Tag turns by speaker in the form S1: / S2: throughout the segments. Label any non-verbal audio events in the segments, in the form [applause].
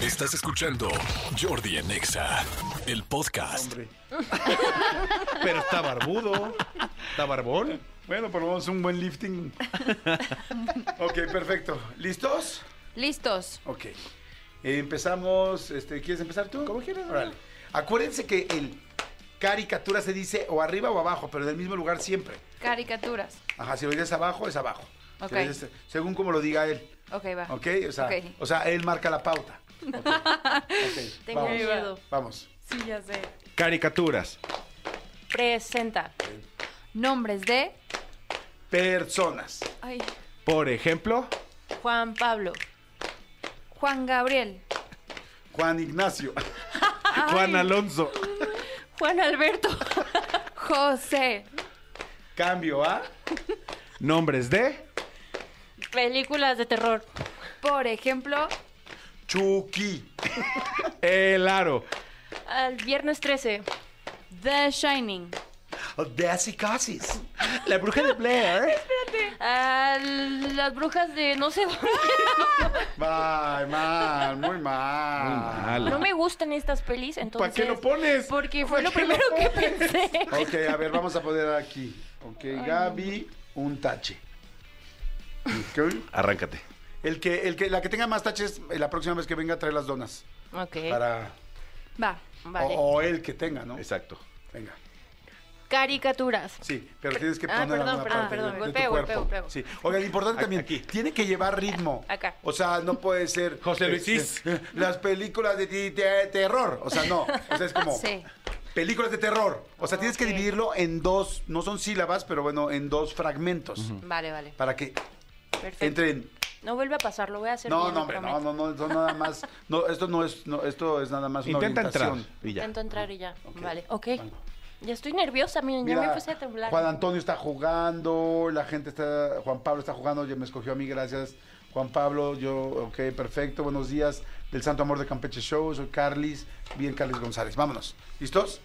S1: Estás escuchando Jordi en Exa, el podcast.
S2: Hombre. Pero está barbudo. Está barbón.
S3: Bueno, por lo menos un buen
S4: [laughs]
S3: lifting. ok, perfecto. ¿Listos?
S4: Listos.
S3: Ok. Eh, empezamos. Este, ¿Quieres empezar tú?
S2: Como quieras.
S3: Órale. Acuérdense que el caricatura se dice o arriba o abajo, pero en el mismo lugar siempre.
S4: Caricaturas.
S3: Ajá, si lo dices abajo, es abajo. Si
S4: Ok.
S3: lo dices- según como lo diga él.
S4: Ok, va.
S3: ¿Ok? O sea,
S4: Ok.
S3: o sea él marca la
S4: [laughs]
S3: pauta. Ok. Ok,
S5: Tengo
S3: vamos.
S5: miedo.
S3: Vamos.
S4: Sí, ya sé.
S2: Caricaturas.
S5: Presenta.
S4: Nombres de.
S3: Personas.
S4: Ay.
S2: Por ejemplo,
S5: Juan Pablo.
S4: Juan Gabriel.
S3: Juan Ignacio. [laughs]
S2: Juan Alonso.
S5: Juan Alberto.
S4: José.
S3: Cambio a
S2: Nombres de.
S5: Películas de terror.
S4: Por ejemplo,
S3: Chucky.
S2: El Aro.
S5: Al viernes 13.
S4: The Shining.
S3: De Casis.
S2: La bruja de Blair.
S5: A las brujas de no sé. [laughs]
S3: Mal, mal, muy mal.
S5: No me gustan estas pelis,
S2: ¿Para
S5: entonces.
S2: qué lo pones?
S5: Porque fue lo primero que pensé.
S3: Ok, a ver, vamos a poner aquí. Ok, Gaby, un tache. Ok.
S2: Arráncate.
S3: El que, el que, la que tenga más taches, eh, la próxima vez que venga trae las donas.
S5: Ok.
S3: Para. Oh,
S4: Va.
S5: Eh, Vale.
S3: O, o el que tenga, ¿no?
S2: Exacto.
S3: Venga. oh.
S5: Caricaturas.
S3: Sí, pero tienes que
S5: Ah,
S3: poner
S5: perdón,
S3: alguna
S5: perdón,
S3: parte
S5: perdón,
S3: de, de tu
S5: golpeo,
S3: cuerpo.
S5: golpeo, golpeo.
S3: Sí. Oigan, importante
S2: Ac-
S3: también,
S2: aquí.
S3: tiene que llevar ritmo.
S5: Acá.
S3: O sea, no puede ser
S2: José Luis
S3: este, [laughs] las películas de, de- de terror, o sea, no, o sea, es como
S4: Sí.
S3: películas de terror. O sea, tienes que
S5: Ok.
S3: dividirlo en dos, no son sílabas, pero bueno, en dos fragmentos
S4: Vale, vale.
S3: para que
S5: Perfecto.
S3: entren
S5: No vuelve a pasar, lo voy a hacer.
S3: No,
S5: bien,
S3: no,
S5: lo
S3: hombre, no, no,
S5: prometo.
S3: no, esto nada más, no, esto no es, no, esto es nada más una
S2: Intenta entrar.
S3: orientación.
S2: Y ya.
S5: Intento entrar y ya.
S3: Ok.
S5: Vale, ok.
S3: Bueno.
S5: Ya estoy nerviosa, miren, ya
S3: Mira,
S5: me puse a temblar.
S3: Juan Antonio está jugando, la gente está, Juan Pablo está jugando, ya me escogió a mí, gracias. Juan Pablo, yo, ok, perfecto, buenos días. Del Santo Amor de Campeche Show, soy Carlis, bien Carlis González. Vámonos, ¿listos?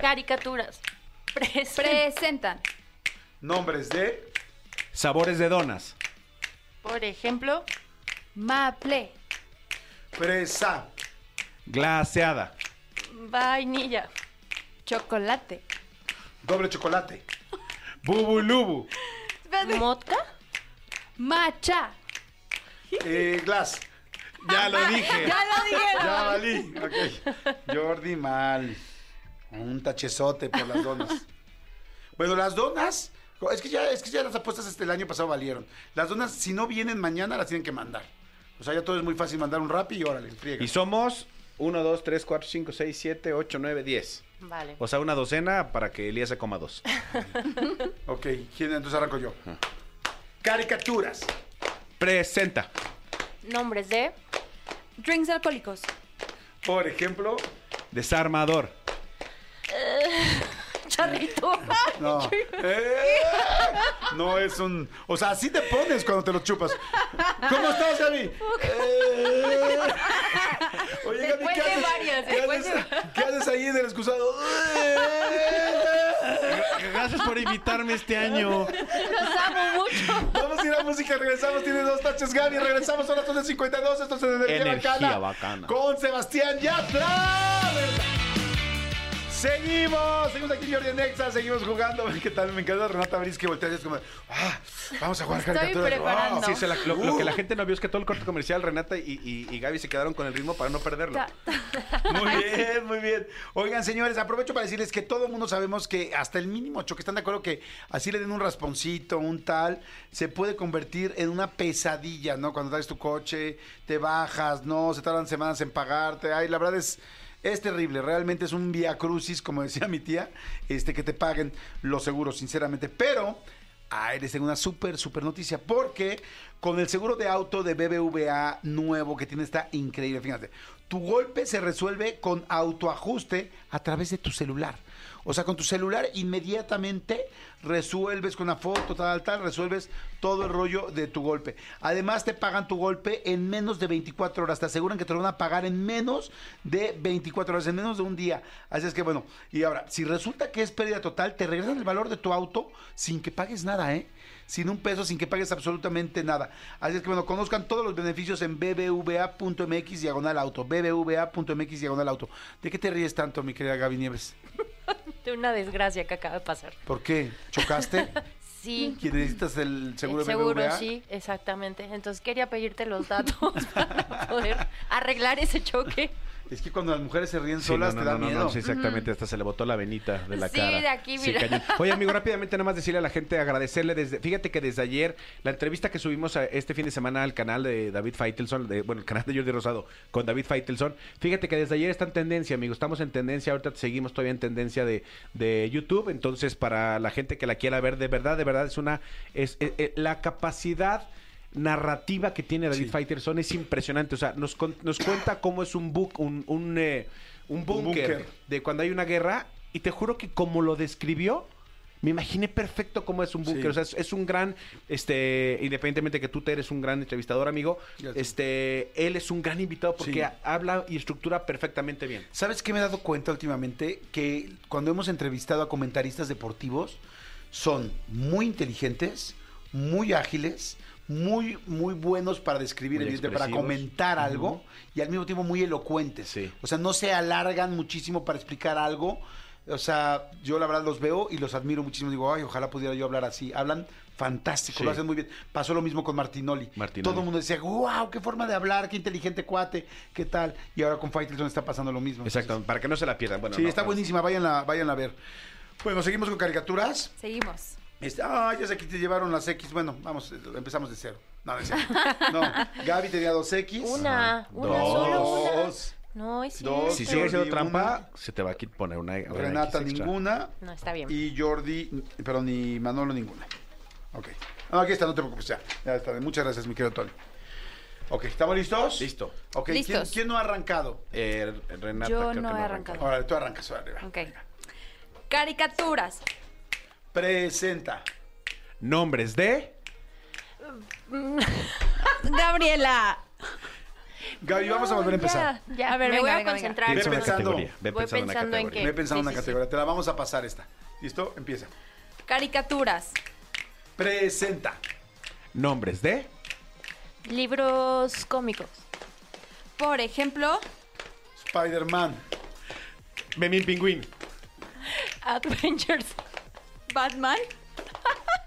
S5: Caricaturas. Presenta.
S4: Presentan.
S3: Nombres de
S2: Sabores de donas.
S5: Por ejemplo,
S4: Maple.
S3: Presa,
S2: Glaseada.
S5: vainilla.
S4: Chocolate.
S3: Doble
S5: [laughs]
S3: Chocolate,
S2: Bubulubu.
S4: Espérate.
S5: Motca.
S4: Macha.
S3: eh, Glass,
S2: Ya lo dije.
S4: Ya lo dijeron.
S3: ya valí, ok. Jordi Mal, un tachezote por las donas. Bueno, las donas, es que ya, es que ya las apuestas este, el año pasado valieron. Las donas, si no vienen mañana, las tienen que mandar. O sea, ya todo es muy fácil mandar un rap y órale, friega.
S2: Y somos 1, 2, 3, 4, 5, 6, 7, 8, 9, 10.
S5: Vale.
S3: Pues-
S2: O sea, una docena para que Elías se coma dos.
S3: Ok, ¿quién? entonces arranco yo. Caricaturas,
S2: Presenta.
S5: Nombres de
S4: Drinks alcohólicos.
S3: por ejemplo.
S2: Desarmador.
S5: charrito. [laughs]
S3: No. Eh, no es un. O sea, así te pones cuando te lo chupas. ¿Cómo estás, Gaby?
S5: [laughs]
S3: Eh. Oye, Gaby,
S5: Después
S3: ¿qué
S5: de
S3: haces?
S5: varias,
S3: ¿Qué
S5: después
S3: haces, qué haces ahí en el excusado?
S5: [laughs]
S3: Eh.
S2: Gracias por invitarme este año.
S5: Los amo mucho.
S3: Vamos a ir a música, regresamos, tiene dos taches Gaby, regresamos, son las 12.52, esto es Energía,
S2: Energía
S3: Bacana,
S2: Bacana.
S3: con Sebastián Yatra. Seguimos, seguimos aquí en Jordi Nexa, seguimos jugando, [laughs] qué tal, me encanta Renata Briz que voltea y es como, ah, vamos a jugar
S4: Estoy
S3: caricaturas.
S4: preparando.
S3: Wow.
S2: Sí, se la- lo, lo que
S5: Uh.
S2: la gente no vio es que todo el corte comercial, Renata y, y- y Gaby se quedaron con el ritmo para no perderlo.
S4: Ta-
S3: Muy bien, muy bien. Oigan, señores, aprovecho para decirles que todo el mundo sabemos que hasta el mínimo choque, están de acuerdo que así le den un rasponcito, un tal, se puede convertir en una pesadilla, ¿no? Cuando traes tu coche, te bajas, no, se tardan semanas en pagarte. Ay, la verdad es. Es terrible, realmente es un via crucis, como decía mi tía, este que te paguen los seguros, sinceramente. Pero Ahí les tengo una súper, súper noticia porque con el seguro de auto de BBVA nuevo que tiene está increíble, fíjate, tu golpe se resuelve con autoajuste a través de tu celular. O sea, con tu celular inmediatamente resuelves con una foto, tal, tal, resuelves todo el rollo de tu golpe. Además, te pagan tu golpe en menos de 24 horas. Te aseguran que te lo van a pagar en menos de 24 horas, en menos de un día. Así es que bueno, y ahora, si resulta que es pérdida total, te regresan el valor de tu auto sin que pagues nada, ¿eh? sin un peso, sin que pagues absolutamente nada. Así es que bueno, conozcan todos los beneficios en bbva.mx diagonal auto. bbva.mx diagonal auto. ¿De qué te ríes tanto, mi querida Gaby Nieves?
S5: De una desgracia que acaba de pasar.
S3: ¿Por qué?
S5: [laughs]
S3: ¿Chocaste?
S5: Sí.
S3: ¿Que necesitas el seguro,
S5: El seguro,
S3: BBVA?
S5: sí, exactamente. Entonces quería pedirte los datos [laughs] para poder arreglar ese choque.
S3: Es que cuando las mujeres se ríen
S2: Sí,
S3: solas
S2: no,
S3: te
S2: no,
S3: da
S2: no, no,
S3: miedo.
S2: no, sí, exactamente, hasta se le botó la venita de la
S5: Sí,
S2: cara.
S5: de aquí, mira.
S2: cañón. Oye, amigo, rápidamente nada más decirle a la gente, agradecerle desde, fíjate que desde ayer, la entrevista que subimos a- este fin de semana al canal de David Feitelson, de, bueno, el canal de Jordi Rosado con David Feitelson, fíjate que desde ayer está en tendencia, amigo, estamos en tendencia, ahorita seguimos todavía en tendencia de, de YouTube, entonces para la gente que la quiera ver, de verdad, de verdad, es una, es eh, eh, la capacidad narrativa que tiene David
S3: Sí.
S2: Feitelson es impresionante, o sea, nos, con- nos cuenta cómo es un book, un, un, eh, un
S3: Un
S2: búnker
S3: búnker.
S2: de cuando hay una guerra y te juro que como lo describió me imaginé perfecto cómo es un búnker,
S3: Sí.
S2: o sea, es, es un gran este independientemente que tú te eres un gran entrevistador, amigo,
S3: Gracias.
S2: este él es un gran invitado porque
S3: Sí.
S2: ha- habla y estructura perfectamente bien.
S3: ¿Sabes qué me he dado cuenta últimamente? Que cuando hemos entrevistado a comentaristas deportivos, son muy inteligentes, muy ágiles, muy, muy buenos para describir,
S2: Muy
S3: evidente, para
S2: expresivos.
S3: comentar algo y al mismo tiempo muy elocuentes.
S2: Sí.
S3: O sea, no se alargan muchísimo para explicar algo. O sea, yo la verdad los veo y los admiro muchísimo. Digo, ay, ojalá pudiera yo hablar así. Hablan fantástico,
S2: Sí.
S3: lo hacen muy bien. Pasó lo mismo con Martinoli.
S2: Martinoli.
S3: Todo el mundo decía, wow, qué forma de hablar, qué inteligente cuate, qué tal. Y ahora con Faitelson está pasando lo mismo.
S2: Exacto, para que no se la pierdan. Bueno,
S3: Sí,
S2: no,
S3: está
S2: no.
S3: buenísima, váyanla, váyanla a ver. Bueno, seguimos con caricaturas.
S4: Seguimos.
S3: Este, ah, ya sé que te llevaron las X. Bueno, vamos, eh, empezamos de cero. No, de cero. No, Gaby tenía dos X.
S5: Una,
S2: Ajá.
S5: una,
S2: Dos.
S5: solo una.
S3: Dos.
S5: No, es
S3: Dos.
S2: Si
S5: cierto.
S2: sigue siendo
S3: Jordi,
S2: trampa, se te va a quit- poner una, una
S3: Renata
S2: X extra.
S3: ninguna.
S5: No, está bien.
S3: Y Jordi, perdón, ni Manolo ninguna. Ok. No, aquí está, no te preocupes, ya. Ya está. Muchas gracias, mi querido Tony. Ok, ¿estamos listos?
S2: Listo.
S3: Ok, ¿quién-
S4: Listos.
S3: ¿quién, no ha arrancado?
S2: Eh, Renata
S4: Yo
S2: creo que
S4: no he
S2: arranca.
S4: arrancado.
S3: Ahora tú arrancas, ahora arriba.
S4: Ok. Caricaturas.
S3: Presenta.
S2: Nombres de
S4: Gabriela.
S3: Gaby, vamos a volver a
S5: No, ya,
S3: empezar.
S5: Ya, a ver, me
S4: Venga,
S5: voy a
S4: venga, venga.
S5: concentrar.
S3: Piensa en la
S5: porque
S3: categoría,
S2: ve
S5: Voy
S2: pensando en la
S5: pensando en
S2: categoría.
S5: que...
S3: Me he pensado
S5: sí,
S3: en una
S5: sí, sí.
S3: categoría, te la vamos a pasar esta. ¿Listo? Empieza.
S4: Caricaturas.
S3: Presenta.
S2: nombres de
S5: Libros cómicos.
S4: Por ejemplo,
S3: Spider-Man.
S2: Memín Pingüín.
S5: Adventures.
S4: Batman.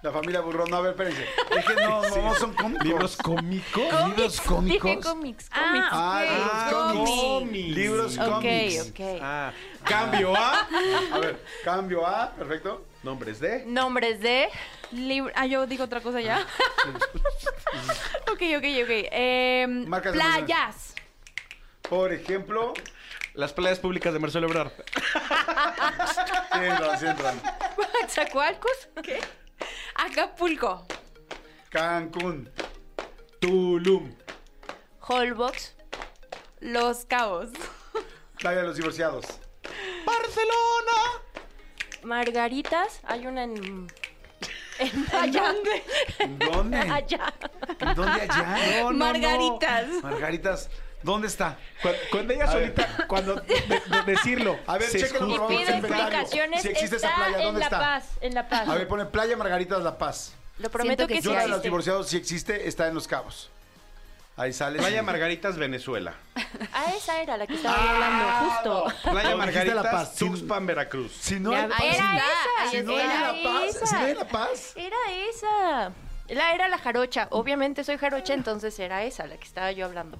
S3: La familia burrón. No, a ver, espérense. Es que no, no, no son cómicos.
S2: Libros cómicos.
S3: Libros cómicos.
S5: Dije cómics, cómics.
S3: Ah,
S4: Ah,
S3: libros
S4: ok.
S3: cómics.
S2: cómics.
S3: Libros
S5: ok,
S3: cómics.
S5: ok.
S2: Ah, cambio a
S3: A ver, cambio A, perfecto.
S2: nombres de
S5: Nombres de...
S4: Lib- ah, yo digo otra cosa ya. ok, ok, ok. Em,
S3: Marcas de
S4: playas.
S3: Por ejemplo,
S2: las playas públicas de Marcelo Ebrard.
S3: sí entran, sí entran.
S4: [laughs] Coatzacoalcos. ¿Qué? Acapulco.
S3: Cancún,
S2: Tulum.
S5: Holbox.
S4: Los Cabos.
S3: Playa de los Divorciados,
S2: Barcelona.
S5: Margaritas. Hay
S4: [laughs]
S5: una en... En allá.
S3: ¿En dónde?
S5: allá.
S3: ¿En ¿Dónde allá? No, no, no.
S4: Margaritas.
S3: Margaritas, ¿dónde está?
S2: Cuando, ella
S3: A
S2: solita, cuando de- de- decirlo,
S3: A ver,
S2: se
S3: chéquenlo, por
S2: escucha.
S3: favor,
S5: Pido
S3: ese inventario.
S5: explicaciones.
S3: Si existe esa
S5: está
S3: playa,
S5: en
S3: ¿dónde
S5: La
S3: está?
S5: Paz. En La Paz.
S3: A ver, pone Playa Margaritas La Paz.
S5: Lo
S4: Siento
S5: prometo
S4: que
S5: que,
S3: Yo
S5: sí
S3: la de los
S5: existe.
S3: divorciados, si existe, está en Los Cabos. Ahí sale.
S2: Playa Margaritas,
S5: [laughs]
S2: Venezuela.
S5: Ah, esa era la que estaba yo hablando, justo.
S2: Playa
S3: No, dijiste
S2: Margaritas,
S3: La Paz, sí.
S2: Tuxpan, Veracruz.
S3: Si no hay
S5: Era
S3: Paz,
S5: esa.
S3: si, si no hay
S5: era
S3: La Paz,
S5: esa.
S3: si no hay La Paz.
S5: Era esa. La era la jarocha. Obviamente soy jarocha, entonces era esa la que estaba yo hablando.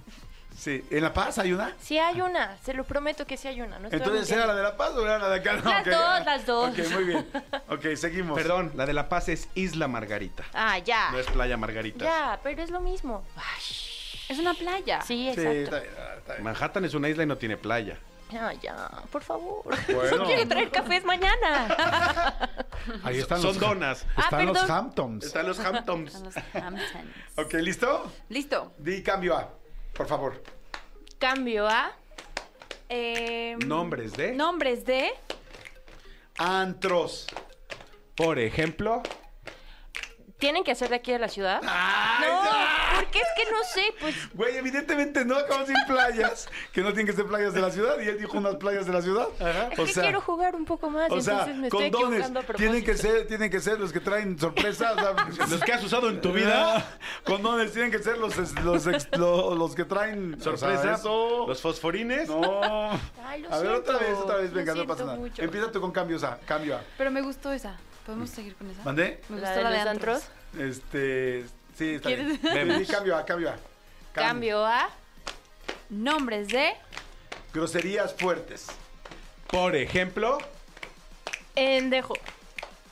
S3: Sí, ¿en La Paz hay una?
S5: Sí hay una, se lo prometo que sí hay una. No estoy
S3: Entonces, ¿era la de La Paz o era la de acá? No,
S5: Las
S3: ok. ah,
S5: dos, las dos.
S3: Ok, muy bien. Ok, seguimos.
S2: Perdón, la de La Paz es Isla Margarita.
S5: mintiendo. Ah, ya.
S2: No es Playa Margaritas.
S5: Ya, pero es lo mismo.
S4: Es una playa.
S5: Sí,
S3: Ah, Sí, está
S5: exacto.
S3: bien, ah, está bien.
S2: Manhattan es una isla y no tiene playa.
S5: Ah, ya, por favor.
S3: Bueno.
S5: No [laughs] quiero traer
S3: [laughs]
S5: cafés mañana.
S3: Ahí están
S2: Son
S3: los-
S2: donas.
S3: [laughs] Están los
S5: Ah, perdón.
S3: Hamptons.
S2: Están los
S5: [laughs]
S2: Hamptons.
S3: Ok, ¿listo?
S4: Listo.
S3: Di cambio A, por favor.
S5: Cambio a
S4: Em,
S2: Nombres de,
S4: Nombres de
S3: Antros.
S2: por ejemplo,
S5: ¿Tienen que hacer de aquí a la ciudad?
S3: ¡Ay,
S5: no, ¿por qué? es que no sé, pues
S3: Güey, evidentemente no acabamos sin playas, que no tienen que ser playas de la ciudad, y él dijo unas playas de la ciudad.
S5: es que quiero jugar un poco más,
S3: o sea,
S5: entonces me
S3: con
S5: estoy
S3: dones,
S5: equivocando a propósito.
S3: tienen que ser, tienen que ser los que traen sorpresas.
S5: [laughs]
S2: Los que has usado en tu
S3: Ah.
S5: Ah.
S2: vida.
S3: Condones tienen que ser los, los, ex- lo- los que traen
S2: Sorpresas.
S3: o
S2: Los fosforines.
S3: No.
S5: Ay, lo
S3: a ver, otra
S5: siento,
S3: vez, otra vez,
S5: lo
S3: venga, no
S5: siento
S3: pasa nada.
S5: mucho.
S3: Empieza tú con cambios A, cambio A.
S4: Pero me gustó esa. ¿Podemos seguir con esa?
S3: ¿Mandé?
S4: Me
S5: ¿La
S4: gustó
S5: de
S4: la de
S5: los
S4: antros.
S5: antros?
S3: Este. Sí, está bien.
S4: ¿Quieres?
S3: Sí, sí, cambio A, cambio A.
S5: Cambio a...
S4: Nombres de.
S3: Groserías fuertes.
S2: Por ejemplo,
S5: Endejo.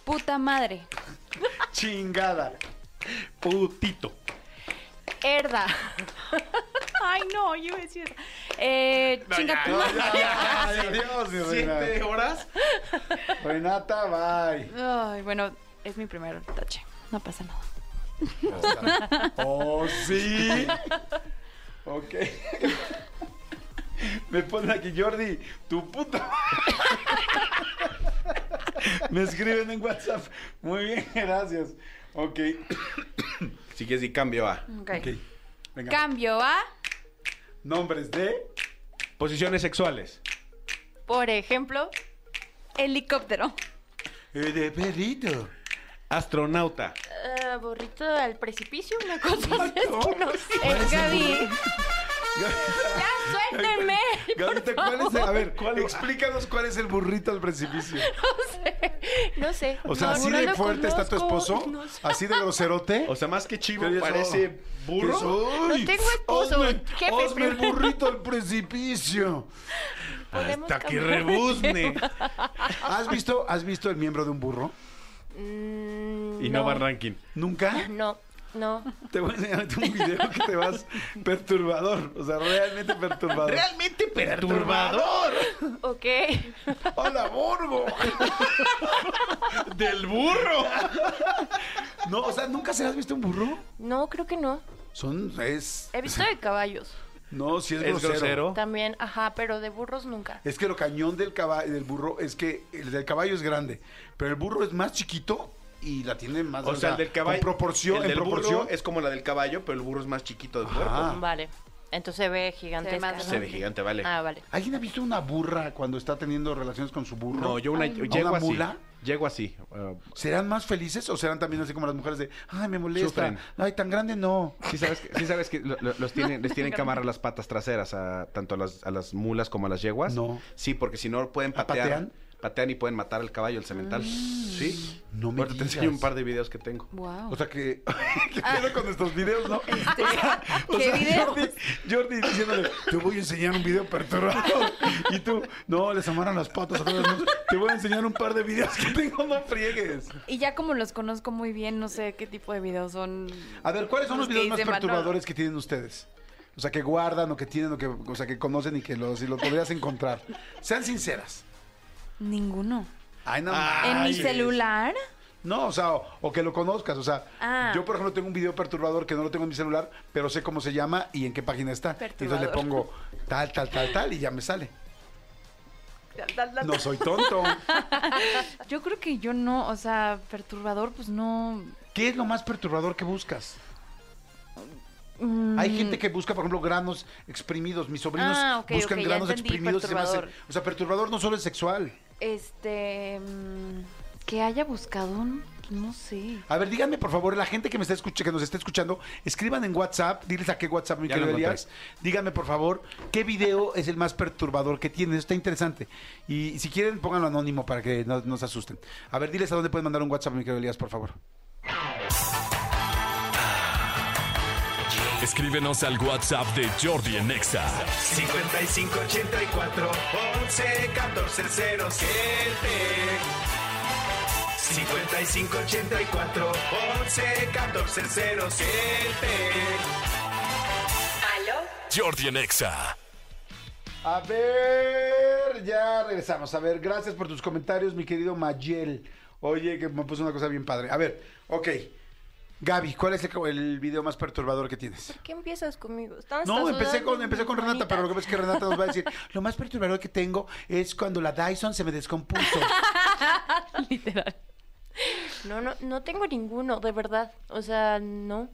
S4: Puta madre.
S5: [laughs]
S3: Chingada.
S2: putito.
S5: Herda.
S4: [laughs] Ay, no, yo iba a decir esa. Eh, chinga tu
S3: No,
S4: madre.
S3: ya, ya, adiós, mi
S2: Siete
S3: reina.
S2: horas.
S3: Renata, bye.
S4: Ay, bueno, es mi primer tache. No pasa nada.
S3: Oh, sí. Ok. Me ponen aquí, Jordi, tu puta. Me escriben en WhatsApp. Muy bien, gracias. Ok.
S2: Si quieres, y cambio A.
S3: Ok. Venga.
S4: Cambio a.
S3: Nombres de.
S2: Posiciones sexuales.
S5: Por ejemplo,
S4: Helicóptero.
S3: De perrito.
S2: Astronauta.
S5: eh, borrito al precipicio, una cosa así,
S3: No.
S5: es que
S3: [laughs]
S5: no sé. Gaby, ya suéltenme.
S3: Gavita, ¿cuál es el, a ver, explícanos cuál es el burrito al precipicio.
S5: No sé.
S3: O sea,
S5: no,
S3: así
S5: no
S3: de
S5: lo
S3: fuerte está tu
S5: conozco,
S3: esposo,
S5: no sé.
S3: así de groserote.
S2: O sea, más que chivo,
S3: ¿Qué es eso?
S2: parece burro.
S3: No
S5: No tengo esposo, jefe,
S3: Hazme el
S5: primero.
S3: burrito al precipicio.
S2: Ah,
S5: Podemos
S2: Hasta que
S5: cambiar de [laughs]
S2: rebuzne.
S3: ¿Has visto, ¿Has visto el miembro de un burro?
S5: Mm,
S2: Y no va ranking.
S3: ¿Nunca?
S5: No, no.
S3: Te voy a enseñar un video que te vas perturbador. O sea, realmente perturbador.
S2: Realmente perturbador.
S5: Ok.
S3: ¡Hola, Borgo!
S2: Del burro.
S3: No, o sea, ¿nunca se has visto un burro?
S5: No, creo que no.
S3: Son, es...
S5: He visto de caballos
S3: No, si es,
S2: Es grosero.
S5: también, ajá, pero de burros nunca.
S3: Es que lo cañón del caballo, del burro es que el del caballo es grande, pero el burro es más chiquito y la tiene más
S2: O sea, el del caballo.
S3: En proporción,
S2: el
S3: en
S2: del
S3: proporción.
S2: burro es como la del caballo, pero el burro es más chiquito del
S3: Ajá.
S2: cuerpo.
S5: Mm, Vale. Entonces se ve gigantesca.
S4: más
S5: ¿no?
S2: Se ve gigante, vale.
S5: Ah, vale.
S3: ¿Alguien ha visto una burra cuando está teniendo relaciones con su burro?
S2: No, yo una,
S4: Ay, no.
S2: llego
S3: ¿Una
S2: así.
S3: mula?
S2: Llego así. uh,
S3: ¿Serán más felices o serán también así como las mujeres de, ay, me molesta,
S2: Sufren.
S3: ay, tan grande no?
S2: Sí sabes que, sí sabes que lo- lo- los tienen, les tienen que amarrar las patas traseras a tanto a las, a las mulas como a las yeguas.
S3: No.
S2: Sí, porque si no pueden
S3: ¿Ah,
S2: patear.
S3: patean?
S2: patean? y pueden matar al caballo, el cemental. Sí.
S3: No me
S2: Ahorita te
S3: digas.
S2: enseño un par de videos que tengo.
S4: Wow.
S3: O sea que, [laughs] ¿qué pedo con nuestros videos, no? [laughs] O sea, o
S4: Ah. Este, ¿qué
S3: sea,
S4: videos?
S3: Jordi, Jordi diciéndole, te voy a enseñar un video perturbador. Y tú, no, les amaron las patas a todas las mujeres. Te voy a enseñar un par de videos que tengo, no friegues.
S4: Y ya como los conozco muy bien, no sé qué tipo de videos son.
S3: A ver, ¿cuáles son los
S4: que
S3: videos más
S4: dice Manolo.
S3: perturbadores que tienen ustedes? O sea, que guardan o que tienen o que, o sea, que conocen y que los, y los podrías encontrar. Sean sinceras.
S4: Ninguno.
S3: Ay, no
S5: Ah.
S4: ¿En mi
S3: manches.
S4: celular?
S3: No, o sea, o, o que lo conozcas. O sea,
S4: Ah.
S3: yo por ejemplo tengo un video perturbador que no lo tengo en mi celular, pero sé cómo se llama y en qué página está. Entonces le
S4: Perturbador.
S3: pongo tal, tal, tal, tal y ya me sale. No soy tonto.
S4: Yo creo que yo no, o sea, perturbador, pues no.
S3: ¿Qué es lo más perturbador que buscas?
S4: Mm,
S3: Hay gente que busca, por ejemplo, granos exprimidos. Mis sobrinos
S5: Mm. Ah, ok,
S3: buscan
S5: ok, ya
S3: granos
S5: entendí,
S3: exprimidos. y se me hace-
S5: perturbador.
S3: o sea, perturbador no solo es sexual.
S4: Este. mm, Que haya buscado un. No sé.
S3: A ver, díganme por favor, la gente que me está escuchando, que nos está escuchando, escriban en WhatsApp, diles a qué WhatsApp, mi
S2: Ya lo
S3: querido
S2: encontré.
S3: Elías. Díganme por favor, qué [laughs] video es el más perturbador que tienen. Eso está interesante. Y si quieren, pónganlo anónimo para que no, no se asusten. A ver, diles a dónde pueden mandar un WhatsApp, mi querido Elías, por favor.
S1: Escríbenos al WhatsApp de Jordi en Exa.
S6: 5584 11 14 07 5584 11 14 07
S1: Jordi en Exa.
S3: A ver, ya regresamos. A ver, gracias por tus comentarios, mi querido Mayel. Oye, que me puso una cosa bien padre. A ver, ok. Gaby, ¿cuál es el, el video más perturbador que tienes?
S5: ¿Qué empiezas conmigo? Estabas
S3: No,
S5: hasta
S3: empecé
S5: sudando
S3: con, empecé con
S5: mis
S3: Renata, pero lo que
S5: manitas.
S3: pasa es que Renata nos va a decir, [laughs] lo más perturbador que tengo es cuando la Dyson se me descompuso.
S4: Literal.
S5: No, no, no tengo ninguno, de verdad. O sea, no.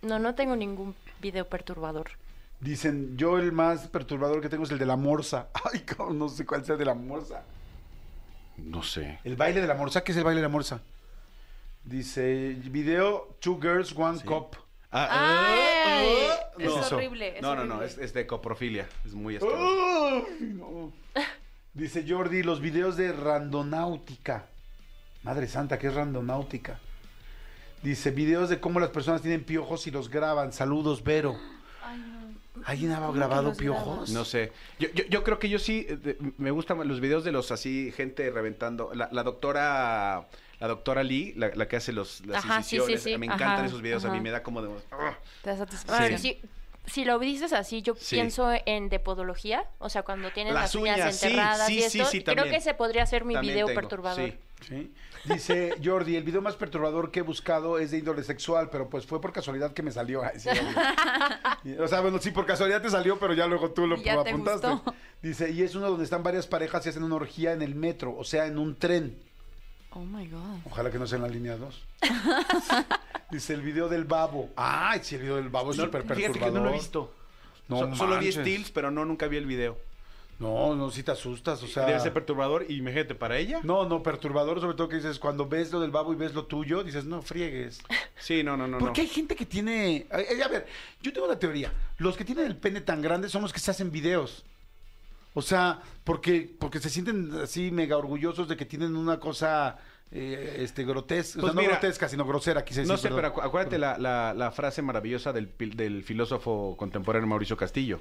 S5: No, no tengo ningún video perturbador.
S3: Dicen, yo el más perturbador que tengo es el de la morsa. [laughs] Ay, cabrón, no sé cuál sea el de la morsa.
S2: No sé.
S3: El baile de la morsa, ¿qué es el baile de la morsa? Dice, video Two Girls, One Cup.
S2: Ah,
S4: Ay,
S3: oh,
S4: es
S3: no.
S4: horrible. es
S2: No, no, no,
S4: horrible.
S2: es, es de coprofilia. Es muy asqueroso.
S3: Ay, no. [laughs] Dice Jordi, los videos de randonáutica. Madre santa, ¿qué es randonáutica? Dice, videos de cómo las personas tienen piojos y los graban. Saludos, Vero. ¿Alguien ha grabado
S4: los graba?
S3: piojos?
S2: No sé. Yo, yo, yo creo que yo sí eh, de- me gustan los videos de los así, gente reventando. La, la doctora. La doctora Lee, la, la que hace los, las
S5: Ajá, sí, sí,
S2: incisiones.
S5: sí.
S2: Me encantan
S4: Ajá,
S2: esos videos. A mí
S4: ajá.
S2: me da como de. ¡ah!
S4: Te da
S5: Ah,
S4: satisfacción.
S2: Sí.
S5: sí, si lo dices así, yo
S2: Sí.
S5: pienso en depodología, o sea, cuando tienen
S2: Las
S5: las, uñas,
S2: uñas, sí,
S5: enterradas
S2: sí,
S5: y
S2: sí,
S5: esto,
S2: sí,
S5: creo
S2: también.
S5: que ese podría ser mi
S2: También
S5: video
S2: tengo,
S5: perturbador.
S2: sí.
S3: Sí. Dice Jordi, el video más perturbador que he buscado es de índole sexual, pero pues fue por casualidad que me salió. [laughs] Ay, sí, obvio. o sea, bueno, sí, por casualidad te salió, pero ya luego tú lo
S4: Y ya te
S3: apuntaste.
S4: gustó.
S3: Dice, y es uno donde están varias parejas y hacen una orgía en el metro, o sea, en un tren.
S4: Oh my god.
S3: Ojalá que no sea en la línea
S4: [laughs]
S3: 2. Dice el video del babo. Ay, sí, el video del babo es
S2: No,
S3: súper
S2: fíjate
S3: perturbador.
S2: que no lo he visto.
S3: No
S2: So- solo vi
S3: manches.
S2: Steels, pero no, nunca vi el video.
S3: No, no, sí te asustas, o sea.
S2: Debe ser perturbador y imagínate, para ella.
S3: No, no, perturbador, sobre todo que dices, cuando ves lo del babo y ves lo tuyo, dices, no friegues.
S2: Sí, no, no, no.
S3: Porque
S2: no.
S3: hay gente que tiene. ay, ay, A ver, yo tengo la teoría. Los que tienen el pene tan grande son los que se hacen videos. O sea, porque, porque se sienten así mega orgullosos de que tienen una cosa eh, este, grotesca. o
S2: Pues
S3: sea,
S2: mira,
S3: no grotesca, sino grosera, quise decir.
S2: No sé, pero
S3: perdón.
S2: acu- acuérdate la, la- la frase maravillosa del, pil- del filósofo contemporáneo Mauricio Castillo.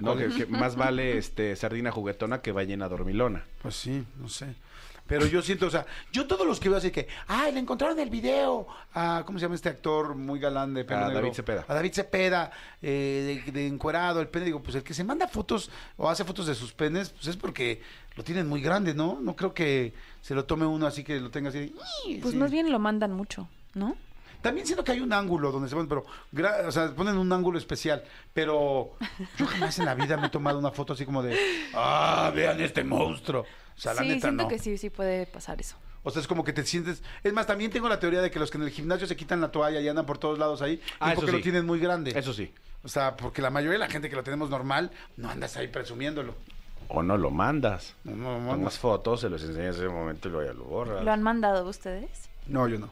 S2: ¿no? que,
S3: [laughs]
S2: que más vale este, sardina juguetona que ballena dormilona.
S3: Pues sí, no sé. Pero yo siento, o sea, yo todos los que veo así que, ay, le encontraron el video a, ¿cómo se llama este actor muy galán de pelo
S2: A
S3: negro?
S2: David Cepeda.
S3: A David Cepeda, eh, de, de encuerado, el pene. Digo, pues el que se manda fotos o hace fotos de sus penes, pues es porque lo tienen muy grande, ¿no? No creo que se lo tome uno así que lo tenga así. de,
S4: Pues
S3: sí.
S4: más bien lo mandan mucho, ¿no?
S3: También siento que hay un ángulo donde se ponen, pero, gra- o sea, ponen un ángulo especial. Pero yo jamás en la vida me he tomado una foto así como de, ah, vean este monstruo. O sea, la
S4: sí,
S3: neta
S4: siento
S3: no.
S4: que sí, sí puede pasar eso.
S3: O sea, es como que te sientes. Es más, también tengo la teoría de que los que en el gimnasio se quitan la toalla y andan por todos lados ahí,
S2: Ah,
S3: es
S2: eso
S3: porque
S2: sí.
S3: lo tienen muy grande.
S2: Eso sí.
S3: O sea, porque la mayoría de la gente que lo tenemos normal, no andas ahí presumiéndolo.
S2: O no lo mandas.
S3: No, no, no, no.
S2: Tomas fotos, se los enseñas en ese momento y luego ya lo borras.
S4: ¿Lo han mandado ustedes?
S3: No, yo no.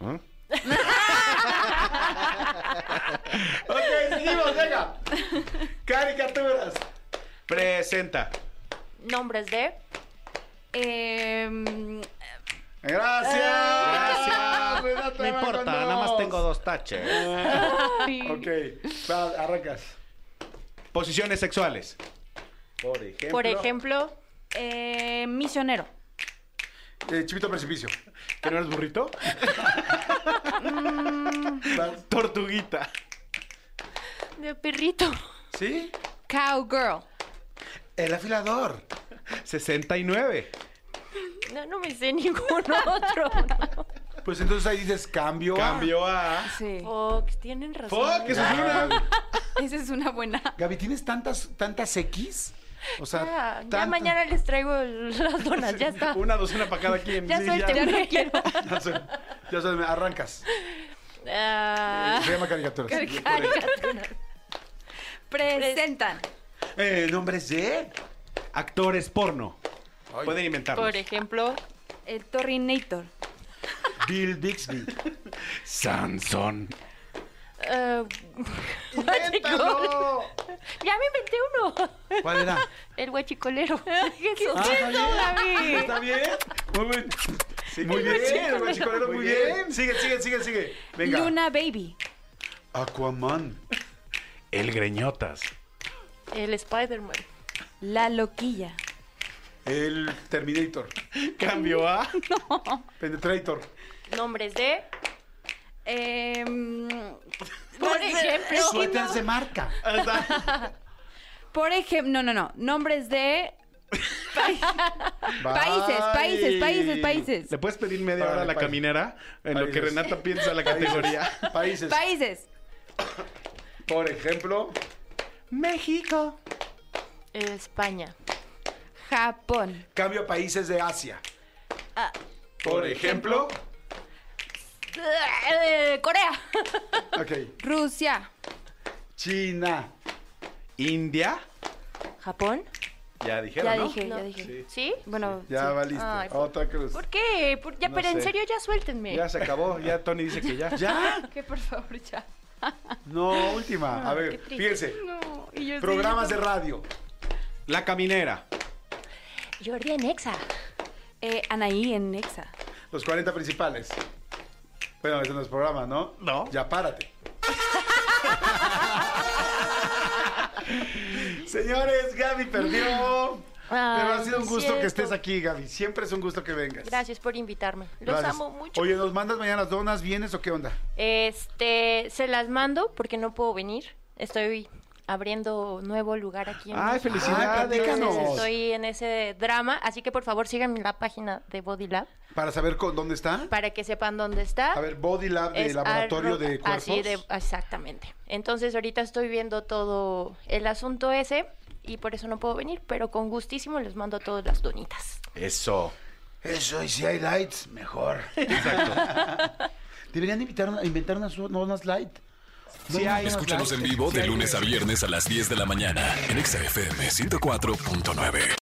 S2: [laughs] ¿Ah?
S3: ok, seguimos, venga. Caricaturas.
S2: Presenta.
S5: Nombres de... em,
S4: Eh,
S3: Gracias.
S2: Gracias.
S3: Renata
S2: No importa,
S3: Bacondós.
S2: nada más tengo dos taches.
S3: Ok, va, arrancas.
S2: Posiciones sexuales. Por ejemplo.
S5: Por ejemplo,
S4: eh, misionero.
S3: Eh, Chivito Precipicio.
S2: ¿Que no eres burrito?
S3: Vas.
S2: Tortuguita.
S5: de perrito. [laughs]
S3: ¿Sí?
S4: Cowgirl.
S3: El afilador.
S2: 69.
S5: No, no me sé ningún [laughs] otro.
S3: Pues entonces ahí dices cambio. a-
S2: Cambio a.
S4: Sí.
S5: Fox, tienen razón.
S2: ¡Fuck! Eso es una.
S4: [laughs] Esa es una buena.
S3: Gaby, ¿tienes tantas, tantas X? O sea,
S5: Ya, ya
S3: tanta- [laughs]
S5: mañana les [laughs] traigo el- las donas, ya está.
S2: [laughs] Una docena para cada quien.
S5: Ya
S2: Sí,
S5: suelte,
S4: ya
S5: no
S4: no
S3: [laughs]
S5: quiero.
S3: Ya sé, ya sé, me arrancas.
S5: [laughs] Ah,
S3: Se llama caricaturas.
S5: caricaturas.
S4: Presentan.
S3: Eh, nombres de.
S2: Actores porno.
S3: Ay.
S2: Pueden inventarlos.
S5: Por ejemplo,
S4: El Torrinator.
S3: Bill
S5: [laughs]
S3: Bixby.
S2: Sansón.
S4: Eh, [laughs]
S5: ah,
S3: ¡Invéntalo!
S5: ya me inventé uno.
S3: ¿Cuál era?
S5: El [laughs] guachicolero. ¿Qué es eso?
S3: Ah, está bien.
S5: David?
S3: ¿Está bien? Muy bien. muy bien, el guachicolero, muy bien. Sigue, sigue, sigue, sigue. Venga.
S4: Luna Baby.
S3: Aquaman.
S2: El greñotas.
S5: El Spider-Man.
S4: La Loquilla.
S3: El Terminator.
S2: Cambio
S4: [laughs]
S2: a.
S3: Penetrator.
S5: Nombres de.
S4: Eh,
S5: Por ejemplo.
S3: Suéteres de marca.
S4: por ejemplo, no, no, no.
S2: [laughs]
S4: Nombres de países, países, países, países.
S2: ¿Le puedes pedir media
S3: Órale,
S2: hora a la
S3: país.
S2: caminera? En lo que
S3: Países.
S2: Renata piensa la categoría.
S5: Ah.
S3: Países.
S4: Países.
S3: Por ejemplo,
S2: México.
S5: España.
S4: Japón.
S3: cambio a países de Asia.
S5: Ah,
S3: Por ejemplo,
S4: Eh,
S5: Corea.
S3: Ok.
S4: Rusia.
S3: China.
S2: India.
S5: ¿Japón?
S2: Ya dijeron,
S4: Ya
S2: ¿no?
S4: dije,
S5: No.
S4: ya dije.
S5: ¿Sí? Bueno.
S3: Ya
S5: sí.
S3: valiste.
S5: Ay, ¿por,
S3: Otra cruz.
S5: por qué? Por- ya,
S2: No
S5: pero en
S2: sé.
S5: serio, ya suéltenme.
S2: Ya se acabó. Ya Tony dice que ya.
S3: ¿Ya?
S4: Que por favor, ya.
S3: No, última. A ver, fíjense.
S4: No, y yo
S3: Programas de radio.
S2: La caminera.
S5: Jordi en Exa.
S4: Eh, Anaí en Nexa.
S3: Los 40 principales. Bueno, ese no es programa, ¿no?
S2: No.
S3: Ya
S5: [laughs]
S3: párate. Señores, Gaby perdió. Pero ha
S5: Ay,
S3: sido un
S5: es
S3: gusto que estés
S5: cierto.
S3: aquí, Gaby. Siempre es un gusto que vengas.
S5: Gracias por invitarme. Los
S3: Gracias.
S5: amo mucho.
S3: Oye, ¿nos mandas mañana las donas? ¿Vienes o qué onda?
S5: Este, se las mando porque no puedo venir. Estoy abriendo nuevo lugar aquí. En
S2: Ay,
S5: México.
S2: felicidades.
S3: Ay, platícanos.
S5: Entonces, estoy en ese drama, así que por favor síganme en la página de Body Lab
S3: Para saber con dónde está.
S5: para que sepan dónde está.
S3: A ver, Body Lab de
S5: Es
S3: laboratorio
S5: arroba-
S3: de cuerpos.
S5: Así de, exactamente. Entonces ahorita estoy viendo todo el asunto ese y por eso no puedo venir, pero con gustísimo les mando todas las donitas.
S2: Eso.
S3: Eso, y si hay lights, mejor.
S2: Exacto.
S3: [laughs] Deberían invitar una- inventar unas donas light.
S2: Sí hay.
S1: Escúchanos en vivo de lunes a viernes a las 10 de la mañana en Exa FM 104.9.